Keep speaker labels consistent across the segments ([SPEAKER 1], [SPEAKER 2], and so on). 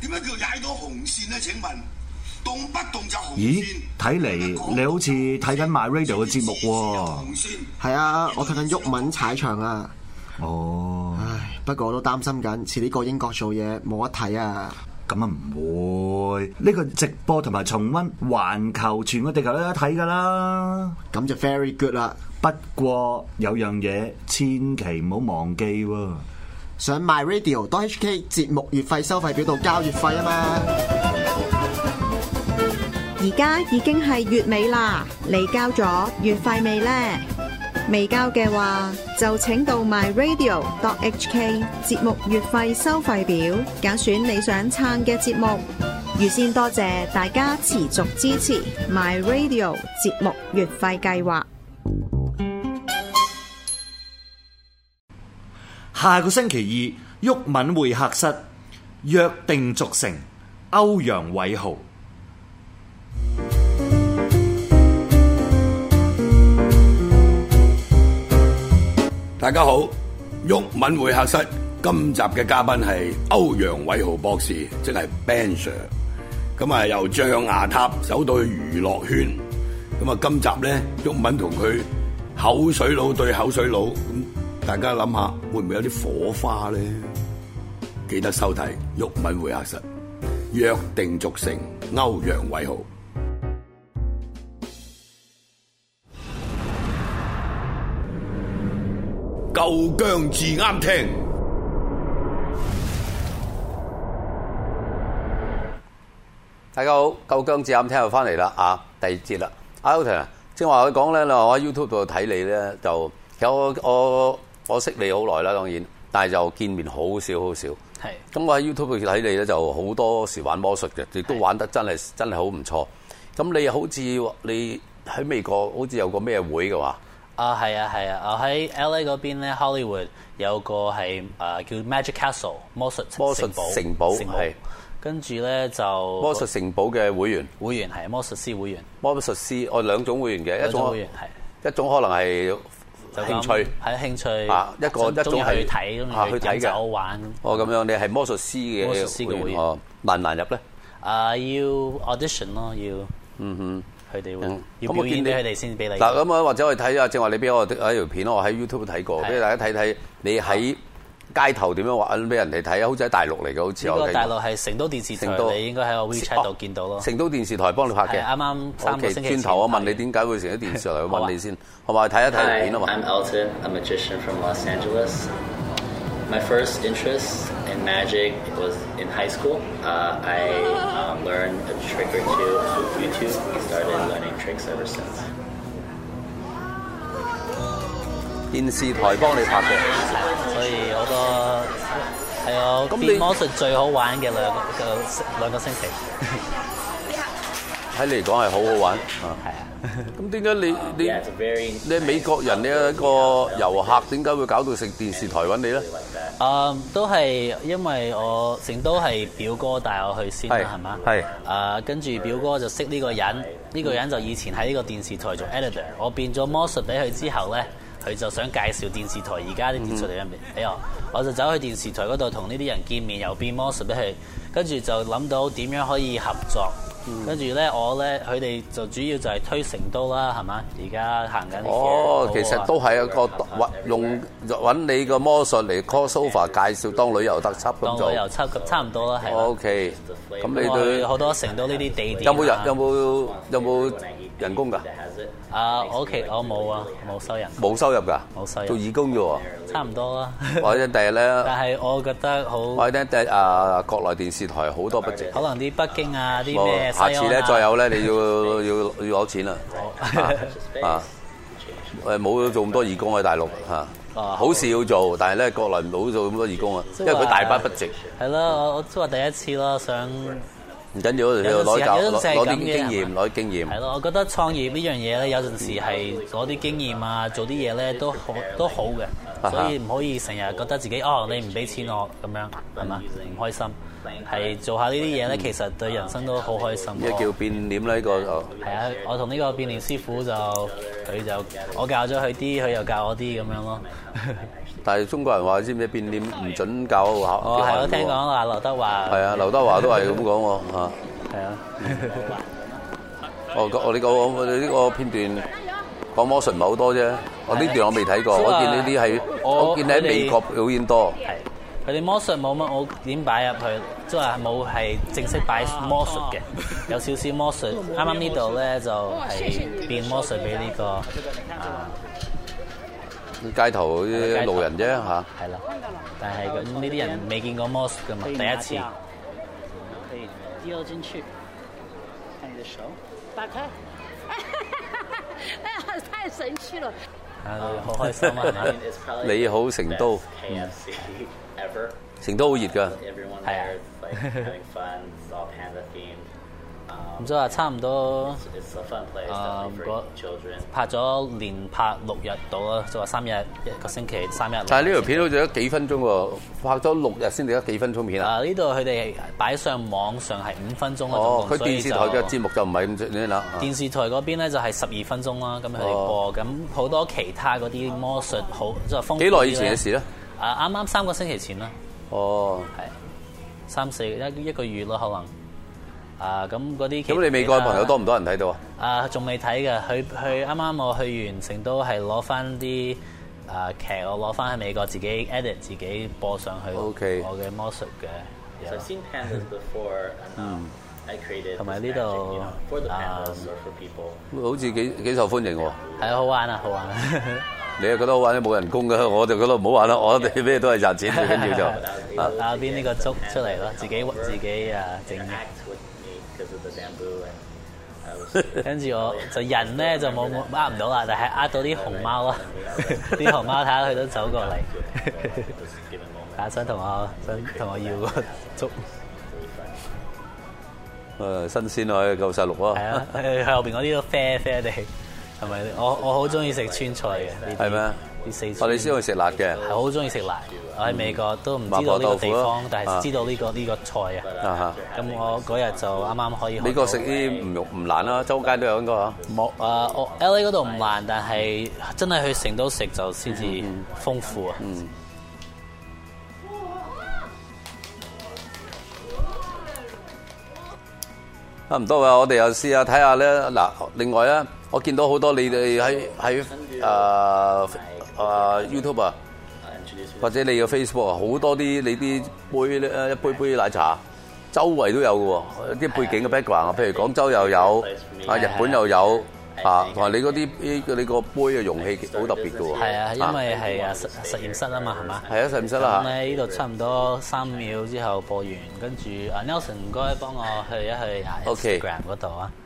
[SPEAKER 1] 點解叫踩到紅線咧？請問動不動就紅
[SPEAKER 2] 咦
[SPEAKER 1] 線？
[SPEAKER 2] 睇嚟你好似睇緊 My Radio 嘅節目喎
[SPEAKER 1] 紅線
[SPEAKER 3] 係啊，我睇緊鬱敏踩場啊。
[SPEAKER 2] 哦，
[SPEAKER 3] 唉，不過我都擔心緊，遲啲過英國做嘢冇得睇啊！
[SPEAKER 2] 咁啊唔會，呢、個直播同埋重温，環球全個地球都有得睇㗎啦。
[SPEAKER 3] 咁就 very good 啦。
[SPEAKER 2] 不過有樣嘢千祈唔好忘記喎。
[SPEAKER 3] 上 myradio.hk 節目月費收費表度交月費啊嘛，
[SPEAKER 4] 而家已經係月尾啦，你交咗月費未呢？未交嘅話，就請到 myradio.hk 節目月費收費表，揀選你想撐嘅節目。預先多謝大家持續支持 myradio 節目月費計劃。
[SPEAKER 5] 下個星期二，鬱敏會客室約定俗成，歐陽偉豪。
[SPEAKER 6] 大家好，毓民會客室今集嘅嘉賓係歐陽偉豪博士，即係 Ben Sir。咁啊，由象牙塔走到去娛樂圈。咁啊，今集咧，毓民同佢口水佬對口水佬，咁大家諗下會唔會有啲火花咧？記得收睇毓民會客室，約定俗成，歐陽偉豪。夠姜至啱聽。
[SPEAKER 7] 大家好，夠姜至啱聽又翻嚟啦啊！第二節啦，阿 Elton 啊，正話佢講咧，你話我喺 YouTube 度睇你咧，就其實我我我識你好耐啦，當然，但係就見面好少好少。
[SPEAKER 8] 係
[SPEAKER 7] 咁我喺 YouTube 睇你咧，就好多時玩魔術嘅，亦都玩得真係真係好唔錯。咁你好似你喺美國好似有個咩會嘅話，
[SPEAKER 8] 啊，係啊，係啊！我喺 L A 嗰邊咧，Hollywood 有個係啊叫 Magic Castle 魔術
[SPEAKER 7] 魔術
[SPEAKER 8] 堡
[SPEAKER 7] 城堡係
[SPEAKER 8] 跟住咧就
[SPEAKER 7] 魔術城堡嘅會員、
[SPEAKER 8] 會員係魔術師會員，
[SPEAKER 7] 魔哦術師，我兩種會員嘅，
[SPEAKER 8] 兩
[SPEAKER 7] 一
[SPEAKER 8] 種
[SPEAKER 7] 種
[SPEAKER 8] 會員係
[SPEAKER 7] 一種可能係
[SPEAKER 8] 就
[SPEAKER 7] 興
[SPEAKER 8] 咁
[SPEAKER 7] 趣。
[SPEAKER 8] 係興趣
[SPEAKER 7] 啊一個
[SPEAKER 8] 中
[SPEAKER 7] 一種
[SPEAKER 8] 中意
[SPEAKER 7] 係
[SPEAKER 8] 去睇咁
[SPEAKER 7] 啊
[SPEAKER 8] 樣
[SPEAKER 7] 去睇嘅
[SPEAKER 8] 飲酒玩
[SPEAKER 7] 哦，咁樣你係魔術師嘅
[SPEAKER 8] 魔術師嘅會員
[SPEAKER 7] 會員哦，難唔難入咧？
[SPEAKER 8] 啊要 audition 咯要
[SPEAKER 7] 嗯
[SPEAKER 8] 佢哋會
[SPEAKER 7] 哼，
[SPEAKER 8] 要表演俾佢哋先俾你
[SPEAKER 7] 嗱，咁啊，或者我哋睇下，正話你俾我睇一條片，我喺 YouTube 睇過，
[SPEAKER 8] 係
[SPEAKER 7] 俾大家睇睇你喺街頭點樣玩俾人哋睇啊！好似喺大陸嚟嘅，好似
[SPEAKER 8] 呢
[SPEAKER 7] 我
[SPEAKER 8] 個
[SPEAKER 7] 睇
[SPEAKER 8] 大陸係成都電視
[SPEAKER 7] 成
[SPEAKER 8] 台，
[SPEAKER 7] 都
[SPEAKER 8] 你應該喺個 WeChat
[SPEAKER 7] 哦
[SPEAKER 8] 度見到咯。
[SPEAKER 7] 成都電視台幫你拍嘅，
[SPEAKER 8] 係啱啱三個
[SPEAKER 7] OK，
[SPEAKER 8] 星期前
[SPEAKER 7] 轉頭我問
[SPEAKER 8] 拍嘅
[SPEAKER 7] 你點解會成咗電視台，
[SPEAKER 8] 好啊
[SPEAKER 7] 問你先，好嘛？睇一睇條
[SPEAKER 9] Hi,
[SPEAKER 7] 片啊嘛
[SPEAKER 9] I'm。Elton, a magician from Los Angeles. My first interest in magic was in high school. Uh, I um, learned a trick or two off of YouTube and started learning tricks ever since.
[SPEAKER 7] 電視台幫你拍嘅，
[SPEAKER 8] 所以好多係
[SPEAKER 7] 咁
[SPEAKER 8] 我
[SPEAKER 7] 你
[SPEAKER 8] 變魔術最好玩嘅兩個兩個星期，
[SPEAKER 7] 睇你嚟講係好好玩 啊！
[SPEAKER 8] 係啊，
[SPEAKER 7] 咁點解你
[SPEAKER 9] Yeah, it's a
[SPEAKER 7] 你
[SPEAKER 9] very
[SPEAKER 7] 你係美國人，你係一個遊客，點解會搞到成電視台揾你咧？
[SPEAKER 8] 啊都係因為我成都係表哥帶我去先
[SPEAKER 7] 係
[SPEAKER 8] 啦，係嘛？
[SPEAKER 7] 係
[SPEAKER 8] 啊，跟住表哥就識呢個人，呢個人就以前喺呢個電視台做 editor，我變咗魔術俾佢之後咧。佢就想介紹電視台而家啲電視台入面
[SPEAKER 7] 嗯
[SPEAKER 8] 俾我，我就走去電視台嗰度同呢啲人見面，又變魔術俾佢，跟住就諗到點樣可以合作，
[SPEAKER 7] 嗯
[SPEAKER 8] 跟住咧我咧佢哋就主要就係推成都啦，係嘛？而家行緊
[SPEAKER 7] 哦，
[SPEAKER 8] 好
[SPEAKER 7] 其實都係一個揾用揾你個魔術嚟 crossover 介紹當旅遊特輯
[SPEAKER 8] 當
[SPEAKER 7] 咁
[SPEAKER 8] 旅遊
[SPEAKER 7] 做。哦
[SPEAKER 8] 差差唔多啦，係啦
[SPEAKER 7] O。K，咁
[SPEAKER 8] 咁我去
[SPEAKER 7] 你
[SPEAKER 8] 好多成都呢啲地點
[SPEAKER 7] 對有冇人
[SPEAKER 8] 啊
[SPEAKER 7] 有冇有冇人工㗎？
[SPEAKER 8] 啊？我屋企我冇啊，冇收人，
[SPEAKER 7] 冇收入㗎，
[SPEAKER 8] 冇收入
[SPEAKER 7] 做義工啫 喎。
[SPEAKER 8] 差唔多啦。
[SPEAKER 7] 或者第日咧，
[SPEAKER 8] 但係我覺得好，
[SPEAKER 7] 或者第日啊國內電視台好多 budget。
[SPEAKER 8] 可能啲北京啊，啲咩
[SPEAKER 7] 冇
[SPEAKER 8] 西安
[SPEAKER 7] 下
[SPEAKER 8] 啊
[SPEAKER 7] 次咧再有咧，你要要要攞錢啦。啊 啊！誒冇做咁多義工喺大陸嚇，
[SPEAKER 8] 啊
[SPEAKER 7] 好事要做，但係咧國內唔好做咁多義工啊，因為佢大把不值。
[SPEAKER 8] 係啦，我我都話第一次咯，想
[SPEAKER 7] 唔緊要，你攞
[SPEAKER 8] 時
[SPEAKER 7] 教
[SPEAKER 8] 有
[SPEAKER 7] 攞
[SPEAKER 8] 陣時係
[SPEAKER 7] 攞
[SPEAKER 8] 咁
[SPEAKER 7] 啲
[SPEAKER 8] 嘅
[SPEAKER 7] 經驗，
[SPEAKER 8] 係
[SPEAKER 7] 攞啲經驗。
[SPEAKER 8] 係咯，我覺得創業呢樣嘢咧，有陣時係攞啲經驗啊，做啲嘢咧都好都好嘅，
[SPEAKER 7] 啊哈
[SPEAKER 8] 所以唔可以成日覺得自己哦，你唔俾錢我咁樣係嘛，唔開心。係做下呢啲嘢咧，其實對人生都好開心。
[SPEAKER 7] 呢叫變臉啦，呢個哦
[SPEAKER 8] 係啊，我同呢個 變臉師傅就佢就我教咗佢啲，佢又教我啲咁樣咯。
[SPEAKER 7] 但係中國人話知唔知變臉唔準教考？
[SPEAKER 8] 我哦係
[SPEAKER 7] 叫
[SPEAKER 8] 我聽
[SPEAKER 7] 校
[SPEAKER 8] 講
[SPEAKER 7] 友
[SPEAKER 8] 話劉德華
[SPEAKER 7] 喎係啊，劉德華都係咁講喎嚇。
[SPEAKER 8] 係啊，
[SPEAKER 7] 我我呢個我呢個片段講魔術唔係好多啫，我呢段我未睇過，
[SPEAKER 8] 所以話
[SPEAKER 7] 我見呢啲喺
[SPEAKER 8] 我
[SPEAKER 7] 我見喺
[SPEAKER 8] 我哋
[SPEAKER 7] 美國表演多。
[SPEAKER 8] 係佢哋魔術冇乜我點擺入去，即係話冇係正式 擺魔術嘅，有少少魔 術。啱啱呢度咧就係變魔術俾呢個啊。
[SPEAKER 7] 街頭啲路人啫嚇，
[SPEAKER 8] 係啦，但係咁呢啲人未見過 Moss 噶嘛，第一次啊啊，嗯好開心啊，係嘛
[SPEAKER 9] It's probably
[SPEAKER 7] 你好成都，
[SPEAKER 9] best KFC ever.
[SPEAKER 7] 成都好熱㗎，
[SPEAKER 9] Everyone
[SPEAKER 8] Hi.
[SPEAKER 9] there is like
[SPEAKER 8] 啊
[SPEAKER 9] having fun. It's all panda themed.
[SPEAKER 8] 咁所以話差唔多
[SPEAKER 9] It's a fun place
[SPEAKER 8] Ah,
[SPEAKER 9] definitely for
[SPEAKER 8] got-
[SPEAKER 9] children.
[SPEAKER 8] 拍咗連拍六日到啦，就話三日一個星期三日。
[SPEAKER 7] 但係呢條片好似得幾分鐘喎，拍咗六日先至得幾分鐘片啊！
[SPEAKER 8] 啊呢度佢哋擺上網上係五分鐘啊，
[SPEAKER 7] 哦，佢
[SPEAKER 8] 總共
[SPEAKER 7] 電視台
[SPEAKER 8] 所以
[SPEAKER 7] 嘅
[SPEAKER 8] 就
[SPEAKER 7] 節目就唔係咁呢啦。啊
[SPEAKER 8] 電視台嗰邊咧就係十二分鐘啦，咁佢哋播，咁好多其他嗰啲魔術好即係風。
[SPEAKER 7] 幾耐以前嘅事？咧？
[SPEAKER 8] 啊，啱啱三個星期前啦。
[SPEAKER 7] 哦，
[SPEAKER 8] 係三四一一個月咯，可能啊咁嗰啲其。
[SPEAKER 7] 咁你美國嘅朋友多唔多人睇到啊？
[SPEAKER 8] 啊？仲未睇嘅，佢佢啱啱我去完成都係攞翻啲啊劇，我攞翻喺美國自己 edit 自己播上去
[SPEAKER 7] OK
[SPEAKER 8] 我嘅魔術嘅嘢
[SPEAKER 9] So I've
[SPEAKER 8] 咯。
[SPEAKER 9] seen pandas before, and um,
[SPEAKER 8] Hmm.
[SPEAKER 9] I created this
[SPEAKER 8] Come on,
[SPEAKER 9] magic, you
[SPEAKER 8] little,
[SPEAKER 9] know, for the pandas
[SPEAKER 8] um,
[SPEAKER 9] or for people.
[SPEAKER 7] 好似幾幾受歡迎喎。
[SPEAKER 8] 係啊好玩啊，好 玩啊！
[SPEAKER 7] 你又覺得好玩冇人工㗎，我就覺得唔好玩啦。我哋咩都係賺錢，最緊要就啊
[SPEAKER 8] 打邊呢個竹出嚟咯，自己自己啊整
[SPEAKER 9] And
[SPEAKER 8] 嘅。
[SPEAKER 9] act with me because of the bamboo, and I was.
[SPEAKER 8] 跟住我就人咧就冇冇呃唔到啦，但係呃到啲熊貓 咯，啲熊貓睇下佢都走 過嚟，啊想同我想同我要個竹，
[SPEAKER 7] 誒新鮮啊，夠晒綠
[SPEAKER 8] 係
[SPEAKER 7] 啊，
[SPEAKER 8] 啊，佢後邊嗰啲都啡啡地，係咪？我我好中意食川菜嘅，
[SPEAKER 7] 係咩
[SPEAKER 8] 呢？啲呢四
[SPEAKER 7] 我
[SPEAKER 8] 川
[SPEAKER 7] 哋先會食辣嘅。
[SPEAKER 8] 係好中意食辣，我喺美國都唔知道呢個
[SPEAKER 7] 麻
[SPEAKER 8] 地
[SPEAKER 7] 婆豆腐啊，
[SPEAKER 8] 方但係知道呢個呢個菜啊，
[SPEAKER 7] 啊哈！
[SPEAKER 8] 咁我嗰日就啱啱可以學
[SPEAKER 7] 美國
[SPEAKER 8] 到
[SPEAKER 7] 食啲唔肉唔難啦，周街都有應該嚇。
[SPEAKER 8] 冇啊！我 L A 嗰度唔難，但係真係去成都食就先至
[SPEAKER 7] 嗯
[SPEAKER 8] 豐富啊！
[SPEAKER 7] 差唔多啊，我哋又試下睇下咧。嗱，另外咧，我見到好多你
[SPEAKER 8] 啊
[SPEAKER 7] 哋喺喺誒誒 YouTube 啊，或者你嘅 Facebook 啊，好多啲你啲杯咧一杯杯奶茶，周圍都有嘅喎，啲背景嘅 background 啊，譬如廣州又有，啊日本又有，啊同埋你嗰啲你個杯嘅容器好特別嘅喎。
[SPEAKER 8] 係啊，因為係啊實實驗室啊嘛，係嘛？
[SPEAKER 7] 係啊，實唔識啦
[SPEAKER 8] 咁咧呢度差唔多三秒之後播完，跟住啊 Nelson 唔該幫我去一去啊
[SPEAKER 7] OK
[SPEAKER 8] Instagram 嗰度啊。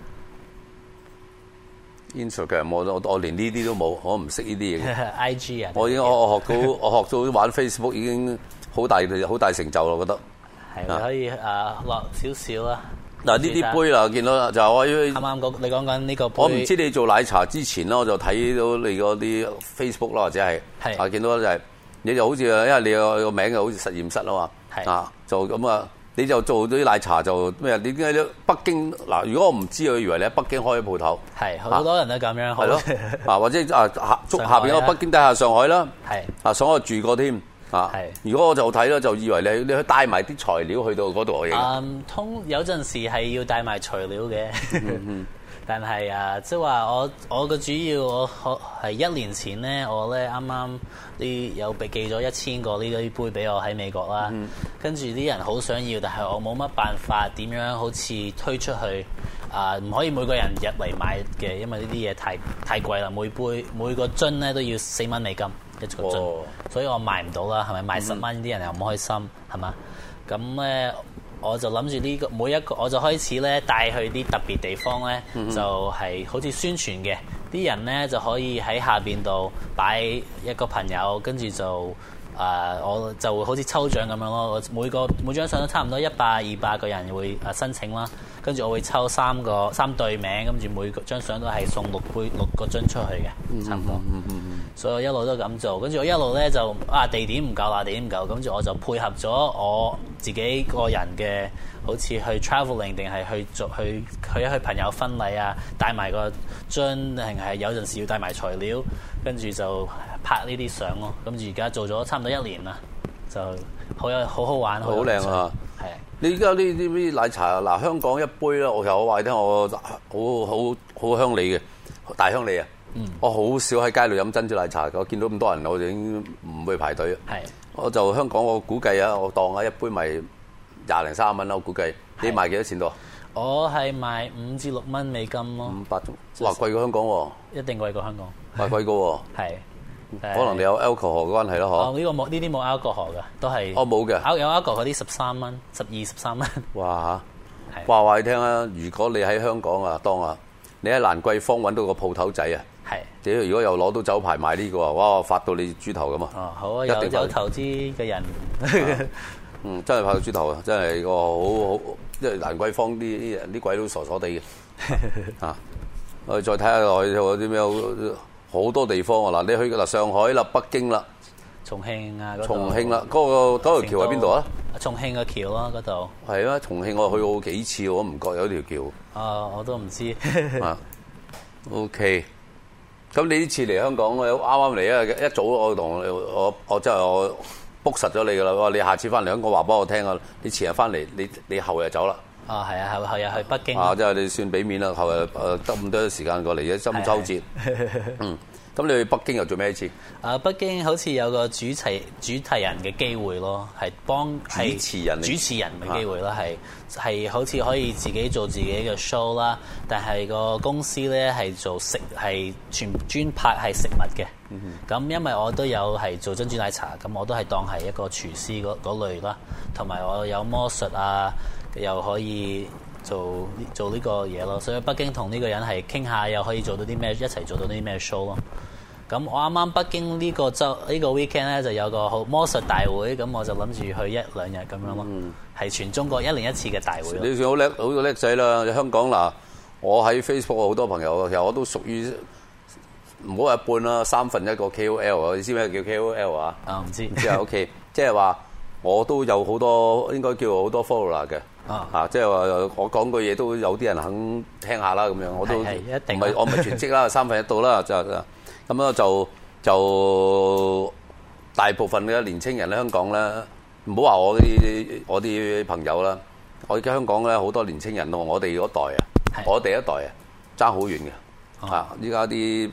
[SPEAKER 7] Instagram 我我我連呢啲都冇，我唔識呢啲嘢嘅。
[SPEAKER 8] IG 啊，
[SPEAKER 7] 我已經我我學到 我學到玩 Facebook 已經好大好大成就啦，我覺得。
[SPEAKER 8] 係你可以啊落少少啊啦。
[SPEAKER 7] 嗱呢啲杯啦，見到啦，就係我
[SPEAKER 8] 啱啱嗰你講緊呢個杯，
[SPEAKER 7] 我唔知你做奶茶之前啦，我就睇到你嗰啲 Facebook 啦，或者係
[SPEAKER 8] 係
[SPEAKER 7] 啊見到就係你就好似因為你個個名就好似實驗室啊嘛，
[SPEAKER 8] 係
[SPEAKER 7] 啊就咁啊，你就做咗啲奶茶就咩？你點解呢北京嗱？如果我唔知，我以為你喺北京開鋪頭。啊
[SPEAKER 8] 係好多人都咁樣，，
[SPEAKER 7] 係咯 啊或者啊下捉
[SPEAKER 8] 上
[SPEAKER 7] 下
[SPEAKER 8] 海
[SPEAKER 7] 邊嗰個
[SPEAKER 8] 啊
[SPEAKER 7] 北京底下上海啦，
[SPEAKER 8] 係
[SPEAKER 7] 啊上海住過添啊
[SPEAKER 8] 係。
[SPEAKER 7] 如果我就睇啦，就以為你你去帶埋啲材料去到嗰度嘅嘢，
[SPEAKER 8] 嗯，通有陣時係要帶埋材料嘅， 但係啊，即係話我我個主要我我係一年前咧，我咧啱啱啲有被寄咗一千個呢啲杯俾我喺美國啦，跟住啲人好想要，但係我冇乜辦法點樣好似推出去啊，唔可以每個人入嚟買嘅，因為呢啲嘢太太貴啦，每杯每個樽咧都要四蚊美金一個樽。
[SPEAKER 7] 哦
[SPEAKER 8] 所以我賣唔到啦，係咪賣十蚊啲人又唔開心，係嘛？咁咧我就諗住呢個每一個，我就開始咧帶去啲特別地方咧，就係好似宣傳嘅，啲人咧就可以喺下邊度擺一個朋友，跟住就。誒、我就會好似抽獎咁樣咯。我每個每張相都差唔多一百、二百個人會誒申請啦，跟住我會抽三個三對名，跟住每個張相都係送六杯六個樽出去嘅，差唔多。所以我一路都咁做，跟住我一路咧就啊地點唔夠啦，地點唔夠，跟住我就配合咗我自己個人嘅，好似去 traveling 定係去做去去一去朋友婚禮啊，帶埋個樽定係有陣時要帶埋材料，跟住就拍呢啲相咯。咁而家做咗差唔多一年啦，就好有好好玩，
[SPEAKER 7] 好靚啊！
[SPEAKER 8] 係
[SPEAKER 7] 你而家呢啲啲奶茶嗱，香港一杯啦，我有話你聽，我好好好香你嘅大香你啊！
[SPEAKER 8] 嗯
[SPEAKER 7] 我好少喺街度飲珍珠奶茶嘅，我見到咁多人，我就已經唔會排隊。
[SPEAKER 8] 係
[SPEAKER 7] 我就香港，我估計啊，我當啊一杯咪廿零三蚊啦，我估計你賣幾多錢到啊？
[SPEAKER 8] 我係賣五至六蚊美金咯，
[SPEAKER 7] 五百鐘，哇貴過香港喎，
[SPEAKER 8] 一定貴過香港。
[SPEAKER 7] 哇貴過喎，
[SPEAKER 8] 係
[SPEAKER 7] 可能你有 alcohol 嘅關係
[SPEAKER 8] 哦
[SPEAKER 7] 咯，
[SPEAKER 8] 呢個冇呢啲冇 alcohol 嘅，都係
[SPEAKER 7] 哦冇嘅
[SPEAKER 8] 有 alcohol 嗰啲十三蚊、十二十三蚊。
[SPEAKER 7] 嗬？哇嚇
[SPEAKER 8] 係
[SPEAKER 7] 話話你聽啊，如果你喺香港啊，當啊，你喺蘭桂坊揾到個鋪頭仔啊！
[SPEAKER 8] 係
[SPEAKER 7] 屌，如果又攞到酒牌買呢個啊，哇！發到你豬頭咁啊！
[SPEAKER 8] 哦，好啊，
[SPEAKER 7] 一定
[SPEAKER 8] 有
[SPEAKER 7] 快
[SPEAKER 8] 有投資嘅人
[SPEAKER 7] 嗯，真係發到豬頭啊！真係個好好，因為蘭桂坊啲啲人啲鬼佬傻傻 地嘅啊！我哋再睇下落去有啲咩好好多地方啊！嗱，你去嗱上海啦、北京啦、
[SPEAKER 8] 重慶啊，嗰度
[SPEAKER 7] 重慶啦，嗰、個嗰條橋喺邊度啊？？
[SPEAKER 8] 重慶嘅橋咯，嗰度
[SPEAKER 7] 係啊，重慶我去過幾次，我唔覺有條
[SPEAKER 8] 啊，我都唔知。
[SPEAKER 7] 橋 啊。OK，咁你呢次嚟香港，我有啱啱嚟啊！一早我同你我我真係我 book 實咗你噶啦，我話你下次翻嚟香港話俾我聽啊！你前日翻嚟，你你後日走啦。
[SPEAKER 8] 哦，係啊，後後日去北京。
[SPEAKER 7] 啊，即係你算俾面啦，後日誒呃得咁多時間過嚟嘅中秋 節，嗯，咁你去北京又做咩一次？
[SPEAKER 8] 啊，北京好似有個主題主題人嘅機會咯，係幫係
[SPEAKER 7] 主持人嚟啊
[SPEAKER 8] 主持人嘅機會啦，係係好似可以自己做自己嘅 show 啦，但係個公司咧係做食係全專拍係食物嘅。
[SPEAKER 7] 嗯
[SPEAKER 8] 咁、因為我都有係做珍珠奶茶，咁我都係當係一個廚師嗰嗰類啦，同埋我有魔術啊，又可以。做做呢個嘢咯，所以北京同呢個人係傾下，又可以做到啲咩，一齊做到啲咩 show 咯。咁我啱啱北京呢個周呢、個 weekend 咧就有個好魔術大會，咁我就諗住去一兩日咁樣咯，
[SPEAKER 7] 嗯
[SPEAKER 8] 係、全中國一年一次嘅大會咯。
[SPEAKER 7] 你算好叻，好叻仔啦！香港嗱，我喺 Facebook 好多朋友，其實我都屬於唔好話一半啦，三分一個 KOL 啊！你知咩叫 KOL 啊？
[SPEAKER 8] 啊，唔知
[SPEAKER 7] 唔知啊，OK，即係話我都有好多應該叫好多 follower 嘅。
[SPEAKER 8] 啊
[SPEAKER 7] 啊，即係話我講句嘢都有啲人肯聽下啦，咁樣我都
[SPEAKER 8] 係係一定
[SPEAKER 7] 唔
[SPEAKER 8] 啊
[SPEAKER 7] 係
[SPEAKER 8] 啦
[SPEAKER 7] 我唔係全職 啦，三分一到啦，就就咁啊就就大部分嘅年青人喺香港咧，唔好話我啲我啲朋友啦，我而家香港咧好多年青人同我哋嗰代啊
[SPEAKER 8] 係，哦
[SPEAKER 7] 我哋一代啊爭好遠嘅，啊依家啲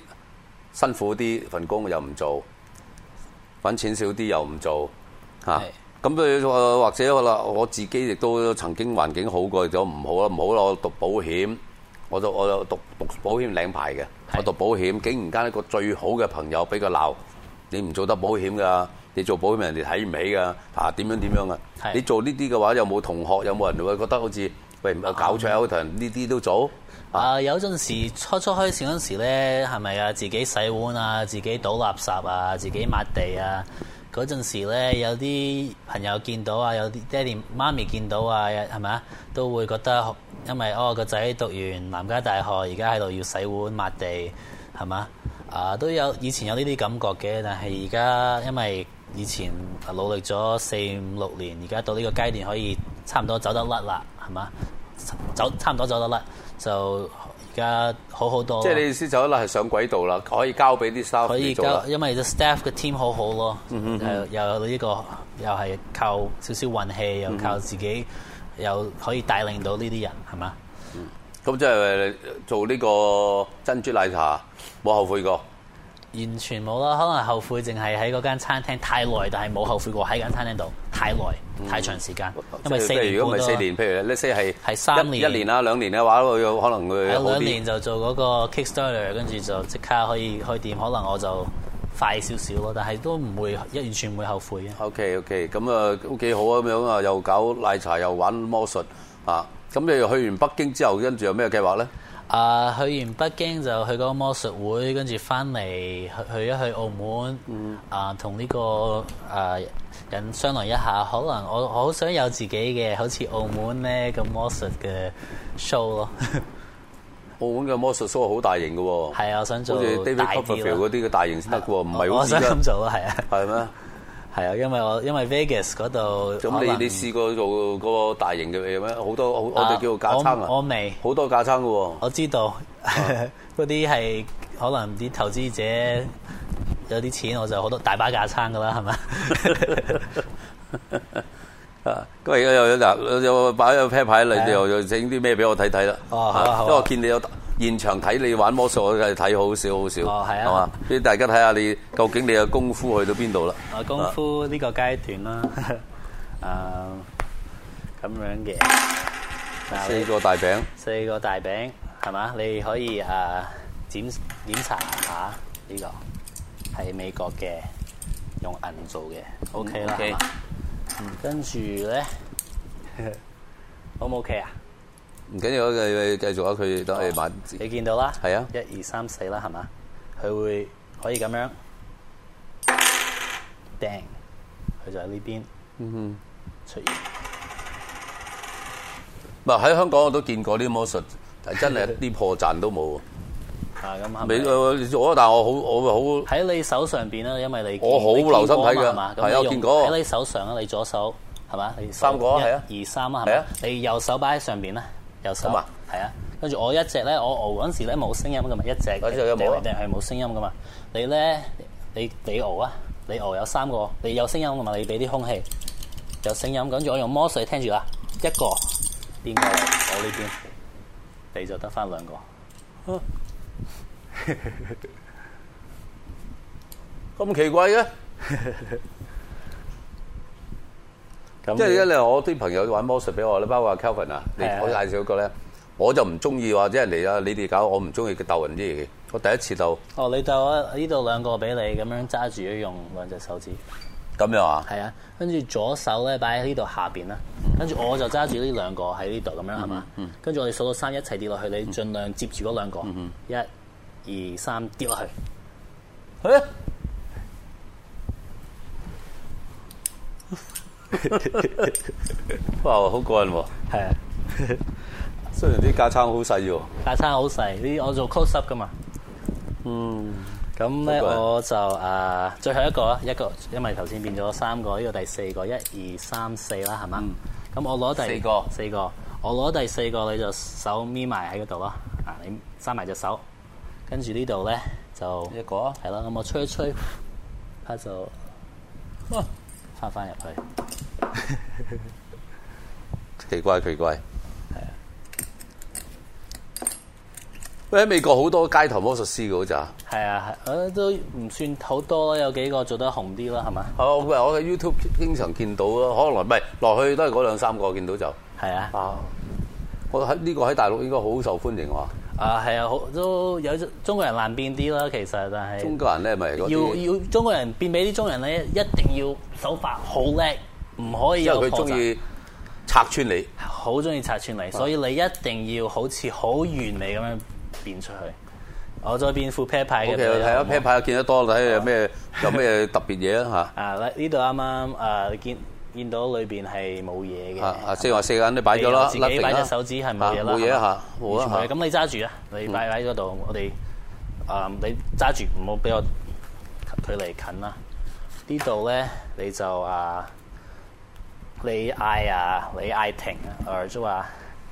[SPEAKER 7] 辛苦啲份工又唔做，揾錢少啲又唔做，啊嚇、
[SPEAKER 8] 係
[SPEAKER 7] 咁佢呃或者我啦，我自己亦都曾經環境好過，就唔好啦，唔好啦，我讀保險，我就我就讀讀保險領牌嘅，
[SPEAKER 8] 係
[SPEAKER 7] 我讀保險，竟然間一個最好嘅朋友俾佢鬧，你唔做得保險㗎，你做保險人哋睇唔起㗎，啊點樣點樣啊
[SPEAKER 8] 係？
[SPEAKER 7] 你做呢啲嘅話，有冇同學有冇人會覺得好似喂唔搞錯啊 o u 呢啲都做？
[SPEAKER 8] 啊，有陣時初初開始嗰陣時咧，係咪啊？自己洗碗啊，自己倒垃圾啊，自己抹地啊。嗰陣時咧，有啲朋友見到啊，有啲爹哋媽咪見到啊，係咪啊？都會覺得因為哦個仔讀完南加大學，而家喺度要洗碗抹地，係嘛？啊，都有以前有呢啲感覺嘅，但係而家因為以前啊努力咗四五六年，而家到呢個階段可以差唔多走得甩啦，係嘛？走差唔多走得甩，就而家好好多。
[SPEAKER 7] 即係你意思就可能係上軌道啦，可以交俾啲 staff
[SPEAKER 8] 可
[SPEAKER 7] 嚟
[SPEAKER 8] 以
[SPEAKER 7] 做啦嗯
[SPEAKER 8] 交，。因為 the staff 嘅 team 好好咯，誒又有呢個又係靠少少運氣，
[SPEAKER 7] 嗯
[SPEAKER 8] 又靠自己，又可以帶領到呢啲人係嘛？
[SPEAKER 7] 咁即係呃做呢個珍珠奶茶冇後悔過。
[SPEAKER 8] 完全冇啦，可能後悔淨係喺嗰間餐廳太耐，但係冇後悔過喺間餐廳度太耐、太長時間，因為四
[SPEAKER 7] 嗯哦即係
[SPEAKER 8] 年
[SPEAKER 7] 如果唔
[SPEAKER 8] 半
[SPEAKER 7] 係
[SPEAKER 8] 咯
[SPEAKER 7] 四年，譬如呢些係
[SPEAKER 8] 係三
[SPEAKER 7] 一
[SPEAKER 8] 年
[SPEAKER 7] 一年啦、兩年嘅話，佢有可能會
[SPEAKER 8] 有
[SPEAKER 7] 好
[SPEAKER 8] 兩
[SPEAKER 7] 啲
[SPEAKER 8] 年。就做嗰個 Kickstarter，跟住就即刻可以開店，可能我就快少少咯，但係都唔會一完全唔會後悔嘅。
[SPEAKER 7] OK OK，咁啊都幾好啊咁樣啊，又搞奶茶又玩魔術啊！咁你去完北京之後，跟住有咩計劃咧？
[SPEAKER 8] 啊、去完北京就去嗰個魔術會，跟住翻嚟去去一去澳門，
[SPEAKER 7] 嗯
[SPEAKER 8] 啊同呢個啊、人商量一下，可能我我好想有自己嘅，好似澳門咧咁魔術嘅 show 咯，
[SPEAKER 7] 澳門嘅魔術 show 好大型嘅喎，
[SPEAKER 8] 係啊我想做
[SPEAKER 7] 好似 David
[SPEAKER 8] 大
[SPEAKER 7] Copperfield
[SPEAKER 8] 啲
[SPEAKER 7] 嗰
[SPEAKER 8] 咯，
[SPEAKER 7] 啲嘅大型先得嘅喎，唔係好
[SPEAKER 8] 我
[SPEAKER 7] 似
[SPEAKER 8] 想
[SPEAKER 7] 而家
[SPEAKER 8] 咁做咯，係啊，
[SPEAKER 7] 係咩？
[SPEAKER 8] 係啊，因為我因為 Vegas 嗰度
[SPEAKER 7] 咁
[SPEAKER 8] 可能
[SPEAKER 7] 你你試過做嗰個大型嘅嘢咩？好多好我哋
[SPEAKER 8] 啊
[SPEAKER 7] 叫做架撐啊，
[SPEAKER 8] 我我未
[SPEAKER 7] 好多架撐嘅喎。
[SPEAKER 8] 我知道嗰啲係可能啲投資者有啲錢，我就好多大把架撐噶啦，係 咪？
[SPEAKER 7] 啊！咁而家又有嗱，又擺咗 pair 牌，你哋又又整啲咩俾我睇睇啦？
[SPEAKER 8] 哦好啊好啊
[SPEAKER 7] 因為我見你有現場睇你玩魔術，我係睇好少好少，
[SPEAKER 8] 哦係啊
[SPEAKER 7] 係嘛？俾大家睇下你究竟你嘅功夫去到邊度啦？
[SPEAKER 8] 我功夫呢個階段啦，啊誒咁樣嘅，
[SPEAKER 7] 啊
[SPEAKER 8] 嗱
[SPEAKER 7] 四
[SPEAKER 8] 你
[SPEAKER 7] 個大餅，
[SPEAKER 8] 四個大餅係嘛？你可以誒、呃檢檢查下呢、個係美國嘅，用銀做嘅，OK 啦。
[SPEAKER 7] OK
[SPEAKER 8] 係嘛嗯跟住 咧，O 唔 OK 啊？
[SPEAKER 7] 唔緊要，繼繼續啊！佢等你玩
[SPEAKER 8] 你見到啦，
[SPEAKER 7] 係啊
[SPEAKER 8] 一二三四啦，係嘛？佢會可以咁樣掟，佢就喺呢邊
[SPEAKER 7] 嗯
[SPEAKER 8] 出現。
[SPEAKER 7] 唔係喺香港我都見過啲魔術，但係真係一啲破綻都冇喎。
[SPEAKER 8] 啊，咁啱
[SPEAKER 7] 美我但係我好我好
[SPEAKER 8] 喺你手上邊啦，因為你
[SPEAKER 7] 我好
[SPEAKER 8] 你見
[SPEAKER 7] 留心睇
[SPEAKER 8] 過
[SPEAKER 7] 㗎
[SPEAKER 8] 嘛係嘛？咁
[SPEAKER 7] 係啊
[SPEAKER 8] 你
[SPEAKER 7] 我
[SPEAKER 8] 用
[SPEAKER 7] 見過
[SPEAKER 8] 喺你手上啊，你左手係嘛？你手
[SPEAKER 7] 三個啊係啊
[SPEAKER 8] 一二三啊，係
[SPEAKER 7] 係
[SPEAKER 8] 咪
[SPEAKER 7] 啊？
[SPEAKER 8] 你右手擺喺上邊啦，右手
[SPEAKER 7] 咁啊，
[SPEAKER 8] 係啊。跟住我一隻咧，我熬嗰陣時咧冇聲音噶嘛，一隻
[SPEAKER 7] 嗰隻有冇啊
[SPEAKER 8] 定係冇聲音噶嘛？你咧，你你熬啊，你熬有三個，你有聲音噶嘛？你俾啲空氣有聲音，跟住我用魔術聽住啦，一個邊個我呢邊，你就得翻兩個。
[SPEAKER 7] 咁奇怪嘅。
[SPEAKER 8] 咁
[SPEAKER 7] 即係
[SPEAKER 8] 你
[SPEAKER 7] 咧，我啲朋友玩魔術俾我咧，包括 Kelvin 啊，你
[SPEAKER 8] 係啊
[SPEAKER 7] 我介紹嗰個咧，我就唔中意話即係人哋啊，你哋搞我唔中意嘅鬥人啲嘢嘅。我第一次鬥
[SPEAKER 8] 哦，你就啊呢度兩個俾你咁樣揸住，用兩隻手指，
[SPEAKER 7] 咁樣啊，
[SPEAKER 8] 係啊，跟住左手咧擺喺呢度下邊啦，跟住我就揸住呢兩個喺呢度咁樣係嘛，跟住我哋數到三一齊跌落去，你盡量接住嗰兩個，一、二、三跌落去，
[SPEAKER 7] 誒哇，好過癮喎！
[SPEAKER 8] 係啊，
[SPEAKER 7] 雖然啲架撐好細喎，
[SPEAKER 8] 架撐好細，呢啲我做 close up 噶嘛，嗯，咁咧
[SPEAKER 7] 好過癮
[SPEAKER 8] 我就誒最後一個啦，啊一個因為頭先變咗三個，呢個第四個，一、二、三、四啦係嘛，咁我攞第
[SPEAKER 7] 嗯四個
[SPEAKER 8] 四個，我攞第四個你就手搣埋喺嗰度啦，啊你閂埋隻手，跟住呢度咧就
[SPEAKER 7] 一個啊
[SPEAKER 8] 係啦，咁我吹一吹，佢就翻翻入去，
[SPEAKER 7] 奇怪奇怪。係啊，喂喺美國好多街頭魔術師嘅好咋？
[SPEAKER 8] 係啊，係誒都唔算好多啦，有幾個做得紅啲啦係嘛，
[SPEAKER 7] 係我我喺 YouTube 經常見到咯，可能唔係落去都係嗰兩三個見到就。
[SPEAKER 8] 係啊。
[SPEAKER 7] 啊！我喺呢個喺大陸應該好受歡迎喎。
[SPEAKER 8] 啊，係啊，好都有中國人難變啲啦，其實但係
[SPEAKER 7] 中國人咧咪嗰
[SPEAKER 8] 要
[SPEAKER 7] 啲，
[SPEAKER 8] 要中國人變俾啲中國人咧，一定要手法好叻，唔可以
[SPEAKER 7] 因
[SPEAKER 8] 有
[SPEAKER 7] 為佢
[SPEAKER 8] 破
[SPEAKER 7] 中
[SPEAKER 8] 綻。
[SPEAKER 7] 意啊拆穿你。
[SPEAKER 8] 好中意拆穿你，所以你一定要好似好完美咁樣變出去。我再變副 pair 牌
[SPEAKER 7] O
[SPEAKER 8] 嘅
[SPEAKER 7] K，
[SPEAKER 8] 俾你
[SPEAKER 7] 睇下
[SPEAKER 8] 好唔好
[SPEAKER 7] pair 牌見得多，睇下有咩有咩特別嘢 啦
[SPEAKER 8] 啊！呢度啱啱啊，你見見到裏邊係冇嘢嘅。
[SPEAKER 7] 嚇。啊啊，即係話四眼都擺咗啦，
[SPEAKER 8] 自己擺
[SPEAKER 7] nothing 啦
[SPEAKER 8] 隻手指係冇嘢啦，
[SPEAKER 7] 啊冇嘢啦
[SPEAKER 8] 係
[SPEAKER 7] 嚇，
[SPEAKER 8] 嘛
[SPEAKER 7] 冇
[SPEAKER 8] 完
[SPEAKER 7] 啦嚇嗯
[SPEAKER 8] 全冇嘢咁你揸住啊，你擺擺喺嗰度，我哋啊、你揸住，唔好俾我距離近啦。呢度咧你就啊，你嗌啊，你嗌停啊，或者話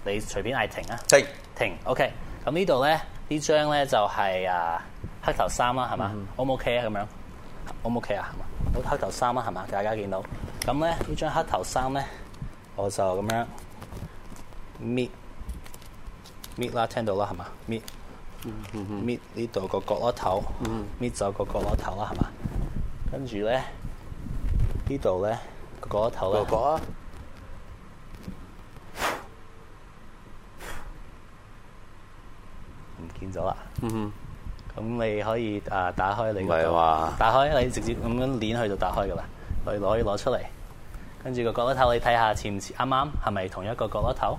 [SPEAKER 8] 你隨便嗌停啊，
[SPEAKER 7] 停
[SPEAKER 8] 停，OK。咁呢度咧呢張咧就係、啊黑頭衫啦，係嘛？O 唔 OK 啊？咁樣 O 唔 OK 啊？係嘛？好黑頭衫啦，係嘛？大家見到咁咧呢張黑頭衫咧，我就咁樣搣搣啦，聽到啦，係嘛？搣搣呢度個角落頭，搣走個角落頭啦，係嘛？跟住咧呢度咧個角落頭咧
[SPEAKER 7] 個。個啊，
[SPEAKER 8] 唔見咗啦。啊咁你可以啊打開你
[SPEAKER 7] 嗯唔
[SPEAKER 8] 個
[SPEAKER 7] 係話
[SPEAKER 8] 打開你直接咁樣攣佢就打開噶啦，你攞可以攞出嚟，跟住個角落頭你睇下似唔似啱啱係咪同一個角落頭？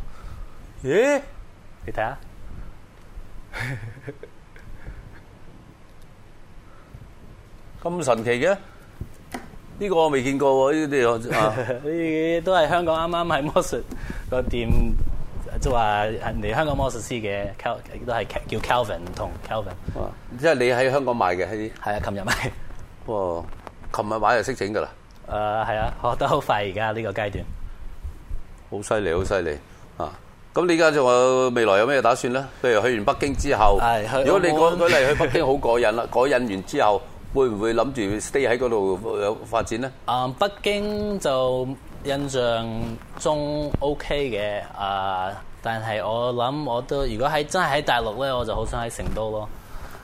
[SPEAKER 7] 咦？
[SPEAKER 8] 你睇下。
[SPEAKER 7] 咁神奇嘅？呢個我未見過喎，呢啲啊
[SPEAKER 8] 呢啲都係香港啱啱喺魔術個店，即係話人哋香港魔術師嘅 Cal 都係叫 Calvin 唔同 Calvin，
[SPEAKER 7] 啊即係你喺香港買嘅喺，
[SPEAKER 8] 係啊，琴日咪 誒
[SPEAKER 7] 哇！琴日買就識整㗎啦。
[SPEAKER 8] 係啊，學得好快而家呢個階段。
[SPEAKER 7] 好犀利，好犀利啊！咁你而家仲有未來有咩打算咧？譬如去完北京之後
[SPEAKER 8] 係去，
[SPEAKER 7] 如果你
[SPEAKER 8] 澳
[SPEAKER 7] 講
[SPEAKER 8] 門
[SPEAKER 7] 舉例去北京好過癮啦，過癮完之後會唔會諗住 stay 喺嗰度呃發展咧？
[SPEAKER 8] 啊、北京就印象中 OK 嘅，啊、但係我諗我都如果喺真係喺大陸咧，我就好想喺成都咯。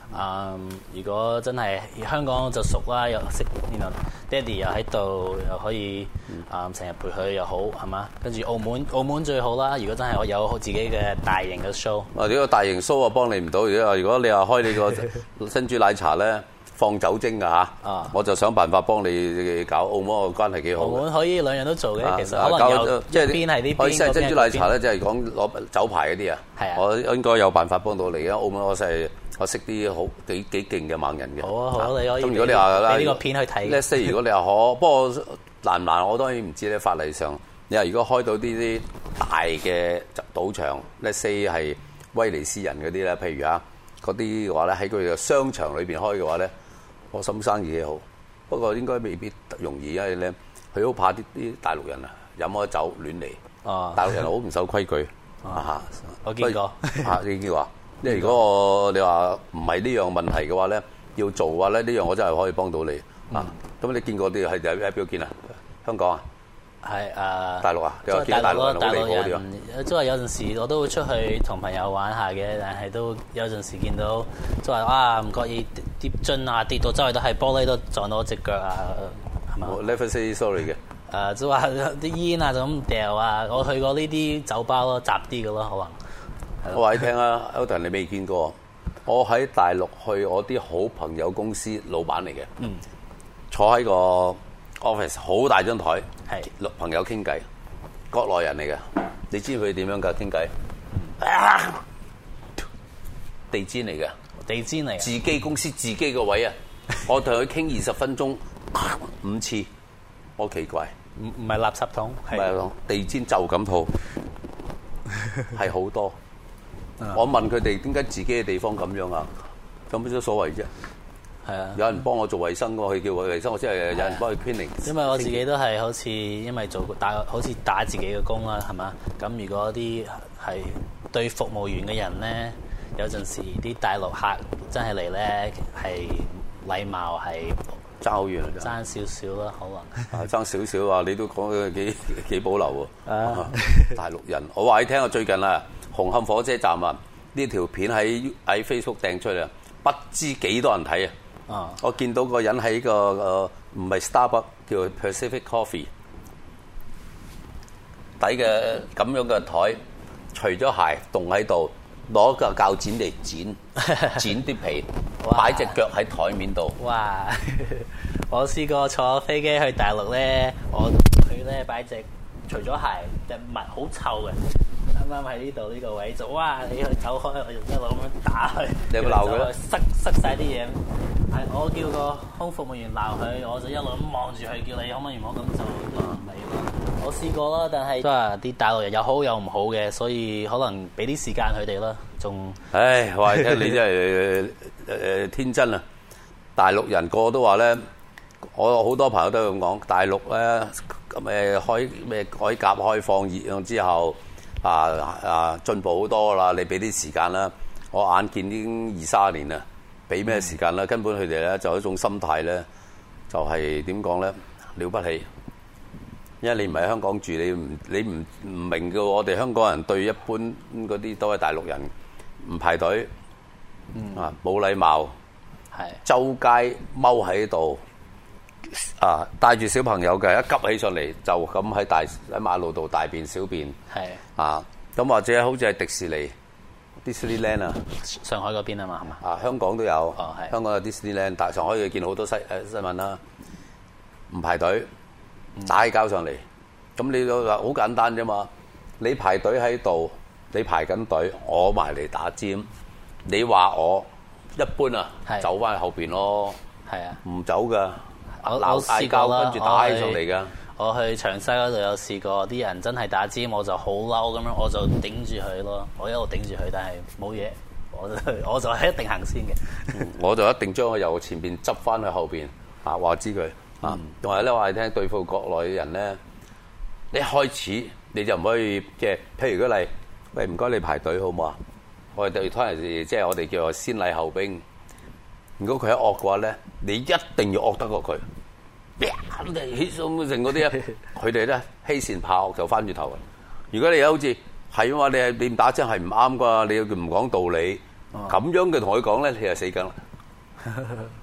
[SPEAKER 8] 啊、如果真係香港我就熟啦，又識，然後爹哋又喺度，又可以
[SPEAKER 7] 嗯
[SPEAKER 8] 啊成日陪佢又好，係嘛？跟住澳門，澳門最好啦。如果真係我有自己嘅大型嘅 show，
[SPEAKER 7] 啊！呢個大型 show 啊，幫你唔到。如果如果你話開你個 珍珠奶茶咧，放酒精㗎嚇
[SPEAKER 8] 啊，
[SPEAKER 7] 我就想辦法幫你搞。澳門個關係幾好
[SPEAKER 8] 澳
[SPEAKER 7] 嘅。
[SPEAKER 8] 門可以兩樣都做嘅。
[SPEAKER 7] 啊
[SPEAKER 8] 其實
[SPEAKER 7] 啊
[SPEAKER 8] 可能
[SPEAKER 7] 搞
[SPEAKER 8] 有
[SPEAKER 7] 即係
[SPEAKER 8] 一邊係呢邊，
[SPEAKER 7] 我意思係
[SPEAKER 8] 嗰邊
[SPEAKER 7] 珍珠奶茶
[SPEAKER 8] 嗰
[SPEAKER 7] 咧，
[SPEAKER 8] 邊
[SPEAKER 7] 即係講攞酒牌嗰啲啊。
[SPEAKER 8] 係啊
[SPEAKER 7] 我應該有辦法幫到你嘅。澳門我係我識啲好幾幾勁嘅猛人嘅。
[SPEAKER 8] 好啊好啊你可以
[SPEAKER 7] 咁如果你話啦，
[SPEAKER 8] 俾呢個片去睇
[SPEAKER 7] Let's say 如果你話可，不過難唔難我當然唔知咧。法例上，你話如果開到呢啲大嘅賭場，Let's say 係威尼斯人嗰啲咧，譬如啊嗰啲嘅話咧，喺佢嘅商場裏邊開嘅話咧，我心生意幾好。不過應該未必容易，因為咧佢好怕啲啲大陸人啊，飲開酒亂嚟。
[SPEAKER 8] 哦
[SPEAKER 7] 大陸人好唔守規矩啊！
[SPEAKER 8] 我見過
[SPEAKER 7] 所以啊，你見過 啊？因為如果我你話唔係呢樣問題嘅話咧，要做嘅話咧，呢樣我真係可以幫到你
[SPEAKER 8] 嗯
[SPEAKER 7] 啊！咁你見過啲係喺喺邊度見啊？香港啊？
[SPEAKER 8] 係誒
[SPEAKER 7] 大陸啊你
[SPEAKER 8] 即
[SPEAKER 7] 話見到
[SPEAKER 8] 係大陸咯，
[SPEAKER 7] 大陸
[SPEAKER 8] 大
[SPEAKER 7] 人好離譜
[SPEAKER 8] 陸
[SPEAKER 7] 啲啊
[SPEAKER 8] 人即係有陣時我都會出去同朋友玩下嘅，但係都有陣時見到即係啊唔覺意跌樽啊跌到周圍都係玻璃都撞到我只腳啊，係嘛？
[SPEAKER 7] 我 never say sorry 嘅。
[SPEAKER 8] 誒即係話啲煙啊就咁掉啊，我去過呢啲酒吧咯，雜啲嘅咯，
[SPEAKER 7] 我話你聽啊 e l t o n 你未見過，我喺大陸去我啲好朋友公司老闆嚟嘅，
[SPEAKER 8] 嗯
[SPEAKER 7] 坐喺個 office 好大張台，
[SPEAKER 8] 係
[SPEAKER 7] 六朋友傾偈，國內人嚟嘅，你知佢點樣㗎傾偈？
[SPEAKER 8] 嗯
[SPEAKER 7] 啊地氈嚟嘅，
[SPEAKER 8] 可能地氈嚟啊
[SPEAKER 7] 自
[SPEAKER 8] 嘅，
[SPEAKER 7] 己公司自己個位 啊，我同佢傾二十分鐘五次，我奇怪。
[SPEAKER 8] 唔唔係垃圾桶，
[SPEAKER 7] 唔係咯，地氈就咁 套，係好多。
[SPEAKER 8] 啊
[SPEAKER 7] 我問佢哋點解自己嘅地方咁樣啊？有乜所謂啫？
[SPEAKER 8] 係啊。
[SPEAKER 7] 有人幫我做衞生㗎嘛，佢叫我衞生，我即係有人幫佢 cleaning。
[SPEAKER 8] 因為我自己都係好似因為做打好似打自己嘅工啦，係嘛？咁如果啲係對服務員嘅人咧，有陣時啲大陸客真係嚟咧係禮貌係
[SPEAKER 7] 爭好遠啊，真係
[SPEAKER 8] 爭少少啦，可
[SPEAKER 7] 啊爭少少啊！你都講佢 幾幾保留喎、
[SPEAKER 8] 啊
[SPEAKER 7] 大陸人，我話你聽啊，最近啊，紅磡火車站啊，呢條片喺喺 Facebook 掟出嚟啊，不知幾多人睇啊！
[SPEAKER 8] 能啊。
[SPEAKER 7] 我見到個人喺個呃唔係 Starbucks 叫 Pacific Coffee 底嘅咁樣嘅台，除咗鞋凍喺度，攞個鉸剪嚟 剪剪啲皮，
[SPEAKER 8] 哇
[SPEAKER 7] 擺只腳喺台面度。
[SPEAKER 8] 哇！ 我試過坐飛機去大陸咧，我佢咧擺隻除咗鞋隻襪好臭嘅，啱啱喺呢度呢個位就哇！你去走開，我就一路咁樣打佢，
[SPEAKER 7] 你有冇鬧佢啊咧
[SPEAKER 8] 塞塞晒啲嘢。係我叫個空服務員鬧佢，我就一路咁望住佢，叫你可唔可以唔好咁做，都唔理咯。我試過啦，但係都係啲大陸人有好有唔好嘅，所以可能俾啲時間佢哋啦，仲
[SPEAKER 7] 唉，話你聽，你真係誒誒天真啊！大陸人個個都話咧，我好多朋友都咁講，大陸咧咁誒呃開咩改革開放熱之後啊啊進步好多啦，你俾啲時間啦。我眼見已經二三年啦，俾咩時間啦？根本佢哋咧就有一種心態咧，就係點講咧，了不起。因為你唔喺香港住，你唔你唔唔明嘅喎。我哋香港人對一般嗰啲都係大陸人唔排隊，啊冇禮貌，
[SPEAKER 8] 係
[SPEAKER 7] 周街踎喺度，啊帶住小朋友嘅一急起上嚟就咁喺大喺馬路度大便小便
[SPEAKER 8] 係
[SPEAKER 7] 啊，咁或者好似係迪士尼 Disneyland 啊。
[SPEAKER 8] 上海嗰邊啊嘛，係嘛？
[SPEAKER 7] 啊，香港都有，
[SPEAKER 8] 哦係
[SPEAKER 7] 香港有 Disneyland，但上海你見好多新誒新聞啦，唔排隊，
[SPEAKER 8] 嗯
[SPEAKER 7] 打起交上嚟，咁你都話好簡單啫嘛，你排隊喺度，你排緊隊，我埋嚟打尖，你話我一般啊，
[SPEAKER 8] 係
[SPEAKER 7] 走翻去後邊咯，
[SPEAKER 8] 係啊。
[SPEAKER 7] 唔走噶，
[SPEAKER 8] 我
[SPEAKER 7] 鬧
[SPEAKER 8] 我
[SPEAKER 7] 嗌
[SPEAKER 8] 試
[SPEAKER 7] 交
[SPEAKER 8] 過啦
[SPEAKER 7] 跟住打起上
[SPEAKER 8] 我
[SPEAKER 7] 嚟
[SPEAKER 8] 去
[SPEAKER 7] 噶，
[SPEAKER 8] 我去長西嗰度有試過，啲人真係打尖，我就好嬲咁樣，我就頂住佢咯。我一路頂住佢，但係冇嘢，我就 我就係一定行先嘅。
[SPEAKER 7] 我就一定將佢由前邊執翻去後邊啊，話知佢啊。同埋咧，我係聽對付國內嘅人咧，你一開始你就唔可以即係，譬如舉例，喂唔該你排隊好唔好啊？我哋對拖人哋即係我哋叫做先禮後兵。如果佢一惡嘅話咧，你一定要惡得過佢。啪咁就起咁成嗰啲咧，佢哋咧欺善怕惡就翻轉頭嘅。如果你好似係啊嘛，你係你唔打針係唔啱啩，你唔講道理，咁樣嘅同佢講咧，你就死梗啦。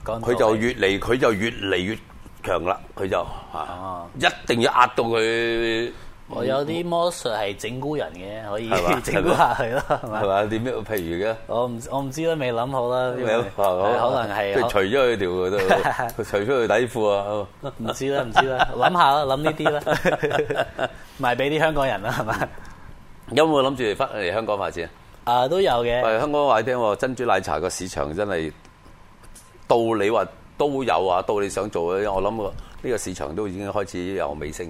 [SPEAKER 8] 講到
[SPEAKER 7] 佢就越嚟佢就越嚟越強啦，佢就
[SPEAKER 8] 哦
[SPEAKER 7] 啊一定要壓到佢。
[SPEAKER 8] 我有啲魔術係整蠱人嘅，可以
[SPEAKER 7] 係嘛
[SPEAKER 8] 整蠱下佢咯，係
[SPEAKER 7] 係
[SPEAKER 8] 咪？
[SPEAKER 7] 嘛？點樣？譬如嘅。
[SPEAKER 8] 我唔我唔知啦，未諗好啦，因為
[SPEAKER 7] 啊
[SPEAKER 8] 可能係
[SPEAKER 7] 即係除咗佢條嗰度，除咗佢底褲啊，
[SPEAKER 8] 唔知啦，唔知啦，諗下啦，諗呢 啲啦，賣俾啲香港人啦，係嘛？
[SPEAKER 7] 有冇諗住翻嚟香港發展？
[SPEAKER 8] 啊，都有嘅，
[SPEAKER 7] 喂，香港話你聽喎，珍珠奶茶個市場真係到你話都有啊，到你想做嘅，我諗個呢個市場都已經開始有尾聲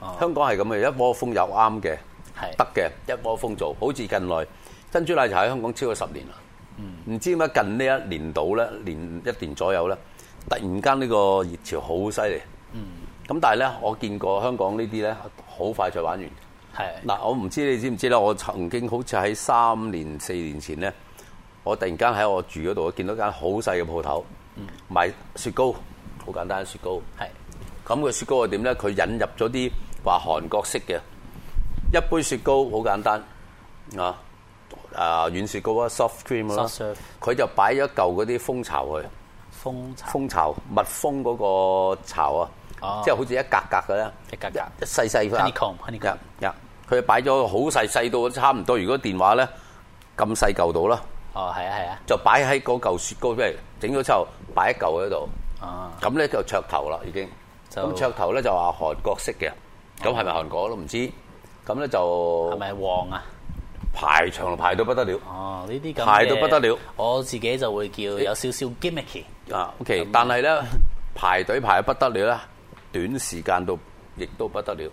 [SPEAKER 8] 哦
[SPEAKER 7] 嘅。香港係咁嘅，一窩蜂有啱嘅，
[SPEAKER 8] 係
[SPEAKER 7] 得嘅，一窩蜂做。好似近來珍珠奶茶喺香港超過十年啦，唔知點解近呢一年度咧，年一年左右咧，突然間呢個熱潮好犀利。咁但係咧，我見過香港呢啲咧，好快就玩完。
[SPEAKER 8] 係
[SPEAKER 7] 嗱，我唔知你知唔知啦，我曾經好似喺三年四年前咧，我突然間喺我住嗰度見到間好細嘅鋪頭賣雪糕，好簡單嘅雪糕。
[SPEAKER 8] 係
[SPEAKER 7] 咁個雪糕係點咧？佢引入咗啲話韓國式嘅一杯雪糕，好簡單啊！啊軟雪糕啊，soft cream 啦
[SPEAKER 8] Soft serve，
[SPEAKER 7] 佢就擺咗一嚿嗰啲蜂巢去。
[SPEAKER 8] 蜂巢
[SPEAKER 7] 蜂巢蜜蜂嗰個巢啊，
[SPEAKER 8] 哦
[SPEAKER 7] 即係好似一格格嘅咧，
[SPEAKER 8] 一格格
[SPEAKER 7] 一細細嘅
[SPEAKER 8] Honeycomb，honeycomb
[SPEAKER 7] 一一佢擺咗好細細到差唔多，如果電話咧咁細嚿到啦，
[SPEAKER 8] 哦，係啊係啊，
[SPEAKER 7] 就擺喺嗰嚿雪糕，即係整咗之後擺一嚿喺度，
[SPEAKER 8] 哦
[SPEAKER 7] 咁咧就噱頭啦已經。
[SPEAKER 8] 就
[SPEAKER 7] 咁噱頭咧就話韓國式嘅，咁係咪韓國我都唔知。咁咧
[SPEAKER 8] 係
[SPEAKER 7] 就
[SPEAKER 8] 咪黃啊？
[SPEAKER 7] 排長排到不得了
[SPEAKER 8] 哦，呢啲咁
[SPEAKER 7] 排
[SPEAKER 8] 嘅
[SPEAKER 7] 到不得了，
[SPEAKER 8] 我自己就會叫有少少 gimmicky，
[SPEAKER 7] 啊！OK，但係咧排隊排得不得了啦，短時間到亦都不得了。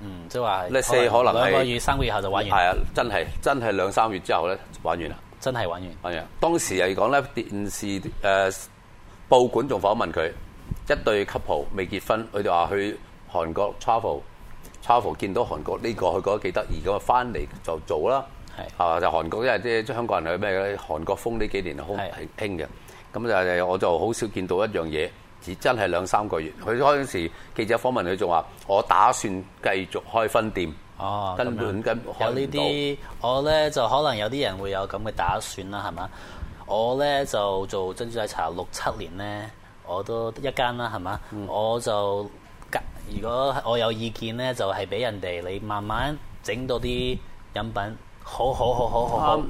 [SPEAKER 8] 嗯，即係話
[SPEAKER 7] Let's say 可能係
[SPEAKER 8] 兩個月、三個月後就玩
[SPEAKER 7] 係
[SPEAKER 8] 完，
[SPEAKER 7] 啊，真係真係兩三月之後咧玩完啦，
[SPEAKER 8] 真係玩完，
[SPEAKER 7] 玩完啦。當時嚟講咧，電視誒、呃、報館仲訪問佢一對 couple 未結婚，佢哋話去韓國 travel travel 見到韓國呢、個，佢覺得幾得意咁啊，翻嚟就做啦。
[SPEAKER 8] 係
[SPEAKER 7] 係嘛？就韓國，因為啲香港人係咩嘅咧？韓國風呢幾年好
[SPEAKER 8] 係
[SPEAKER 7] 興嘅，咁就係我就好少見到一樣嘢，只真係兩三個月。佢嗰陣時記者訪問佢仲話：我打算繼續開分店。
[SPEAKER 8] 哦，
[SPEAKER 7] 根本根本
[SPEAKER 8] 有呢啲，我咧就可能有啲人會有咁嘅打算啦，係嘛？我咧就做珍珠奶茶六七年咧，我都一間啦，係嘛？
[SPEAKER 7] 嗯
[SPEAKER 8] 我就隔如果我有意見咧，就係、俾人哋你慢慢整到啲飲品，好好好好好好。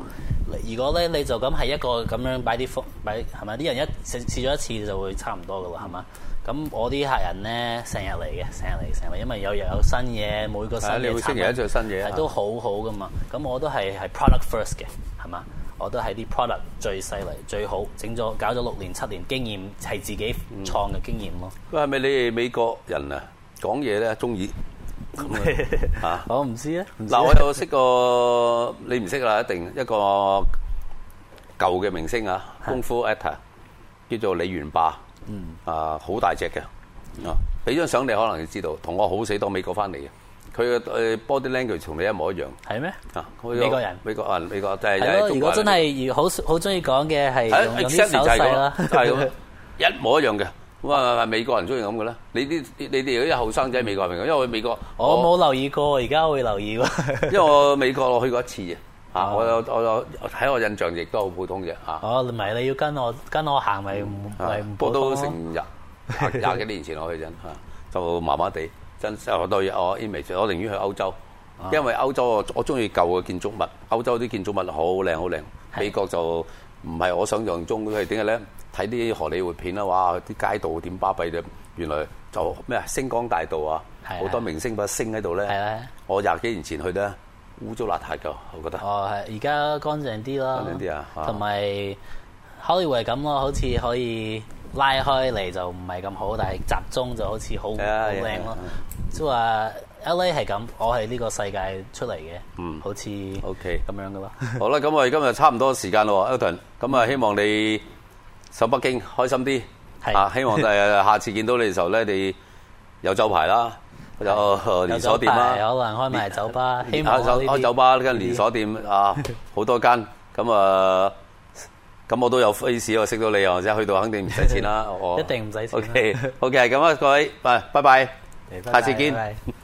[SPEAKER 8] 如果咧你就咁係一個咁樣擺啲風擺係咪？啲人一試試咗一次就會差唔多噶啦，係嘛？咁我啲客人咧成日嚟嘅，成日嚟成日嚟，因為有有新嘢，每個新
[SPEAKER 7] 係啊你
[SPEAKER 8] 嘢
[SPEAKER 7] 會
[SPEAKER 8] 產
[SPEAKER 7] 星期一
[SPEAKER 8] 品
[SPEAKER 7] 做新嘢
[SPEAKER 8] 係
[SPEAKER 7] 啊
[SPEAKER 8] 都好好噶嘛。咁我都係係 product first 嘅，係嘛？我都係啲 product 最犀利、最好，整咗搞咗六年七年經驗係自己創嘅 經驗咯。
[SPEAKER 7] 喂，係咪你哋美國人啊？講嘢咧中意啊！
[SPEAKER 8] 我唔知啊，唔知
[SPEAKER 7] 嗱，
[SPEAKER 8] 啊
[SPEAKER 7] 我有識個你唔識啦，一定一個舊嘅明星啊，功夫 actor 叫做李元霸，
[SPEAKER 8] 嗯
[SPEAKER 7] 啊好大隻嘅啊，俾張相你可能你知道，同我好死到美國翻嚟嘅，佢嘅誒呃 body language 同你一模一樣
[SPEAKER 8] 係咩？
[SPEAKER 7] 啊！
[SPEAKER 8] 美國人
[SPEAKER 7] 美國人，美國就係啊
[SPEAKER 8] 係咯，
[SPEAKER 7] 中國
[SPEAKER 8] 如
[SPEAKER 7] 人
[SPEAKER 8] 果真係好好中意講嘅係
[SPEAKER 7] 係
[SPEAKER 8] 用用啲
[SPEAKER 7] exactly
[SPEAKER 8] 手
[SPEAKER 7] 就係
[SPEAKER 8] 勢
[SPEAKER 7] 咁
[SPEAKER 8] 啦
[SPEAKER 7] 啦，，就係咁啦，一模一樣嘅。咁啊，美國人中意咁嘅啦。你啲你哋嗰啲後生仔美國係咪咁？因為我去美國，
[SPEAKER 8] 我冇留意過，而家會留意喎。
[SPEAKER 7] 因 為我美國我去過一次嘅。啊！
[SPEAKER 8] 哦
[SPEAKER 7] 我有我有喺我印象亦都好普通啊嘅嚇。
[SPEAKER 8] 哦，唔係你要跟我跟我行咪唔
[SPEAKER 7] 嗯
[SPEAKER 8] 咪啊唔
[SPEAKER 7] 不過
[SPEAKER 8] 普
[SPEAKER 7] 都啊
[SPEAKER 8] 通
[SPEAKER 7] 成
[SPEAKER 8] 咯
[SPEAKER 7] 日廿 廿幾年前我去陣嚇，就麻麻地。真我對我 image，我寧願去歐洲，
[SPEAKER 8] 啊
[SPEAKER 7] 因為歐洲我我中意舊嘅建築物，歐洲啲建築物好靚好靚。美國就唔係我想象中佢點解咧？睇啲荷里活片啦，哇！啲街道點巴閉啫，原來就咩啊星光大道啊，
[SPEAKER 8] 係
[SPEAKER 7] 好多
[SPEAKER 8] 係
[SPEAKER 7] 明星把星喺度
[SPEAKER 8] 係
[SPEAKER 7] 咧。
[SPEAKER 8] 啦。
[SPEAKER 7] 我廿幾年前去咧，污糟邋遢㗎，我覺得。
[SPEAKER 8] 哦，係而家乾淨啲啦，
[SPEAKER 7] 乾淨啲啊啊
[SPEAKER 8] 同埋 Hollywood 係咁咯，好似可以拉開嚟就唔係咁好，但係集中就好似好好
[SPEAKER 7] 係啊係啊
[SPEAKER 8] 靚咯
[SPEAKER 7] 係啊。
[SPEAKER 8] 即係話 LA 係咁，我係呢個世界出嚟嘅，
[SPEAKER 7] 嗯
[SPEAKER 8] 好似
[SPEAKER 7] OK
[SPEAKER 8] 咁樣噶啦。
[SPEAKER 7] 好啦，咁我哋今日差唔多時間咯，Elton。咁啊，希望你上北京開心啲。
[SPEAKER 8] 係
[SPEAKER 7] 啊，希望誒下次見到你嘅時候咧，你有酒牌啦，有連鎖店
[SPEAKER 8] 有酒
[SPEAKER 7] 啦，
[SPEAKER 8] 吧可能開埋酒吧，希望
[SPEAKER 7] 啊開
[SPEAKER 8] 我
[SPEAKER 7] 酒
[SPEAKER 8] 呢啲
[SPEAKER 7] 開酒吧跟連鎖店啊，好多間。咁啊，咁我都有 face，我識到你啊，即係去到肯定唔使錢啦。我 哦
[SPEAKER 8] 一定唔使錢啦
[SPEAKER 7] OK，OK，咁啊，各位，拜拜拜，下次見。
[SPEAKER 8] 拜拜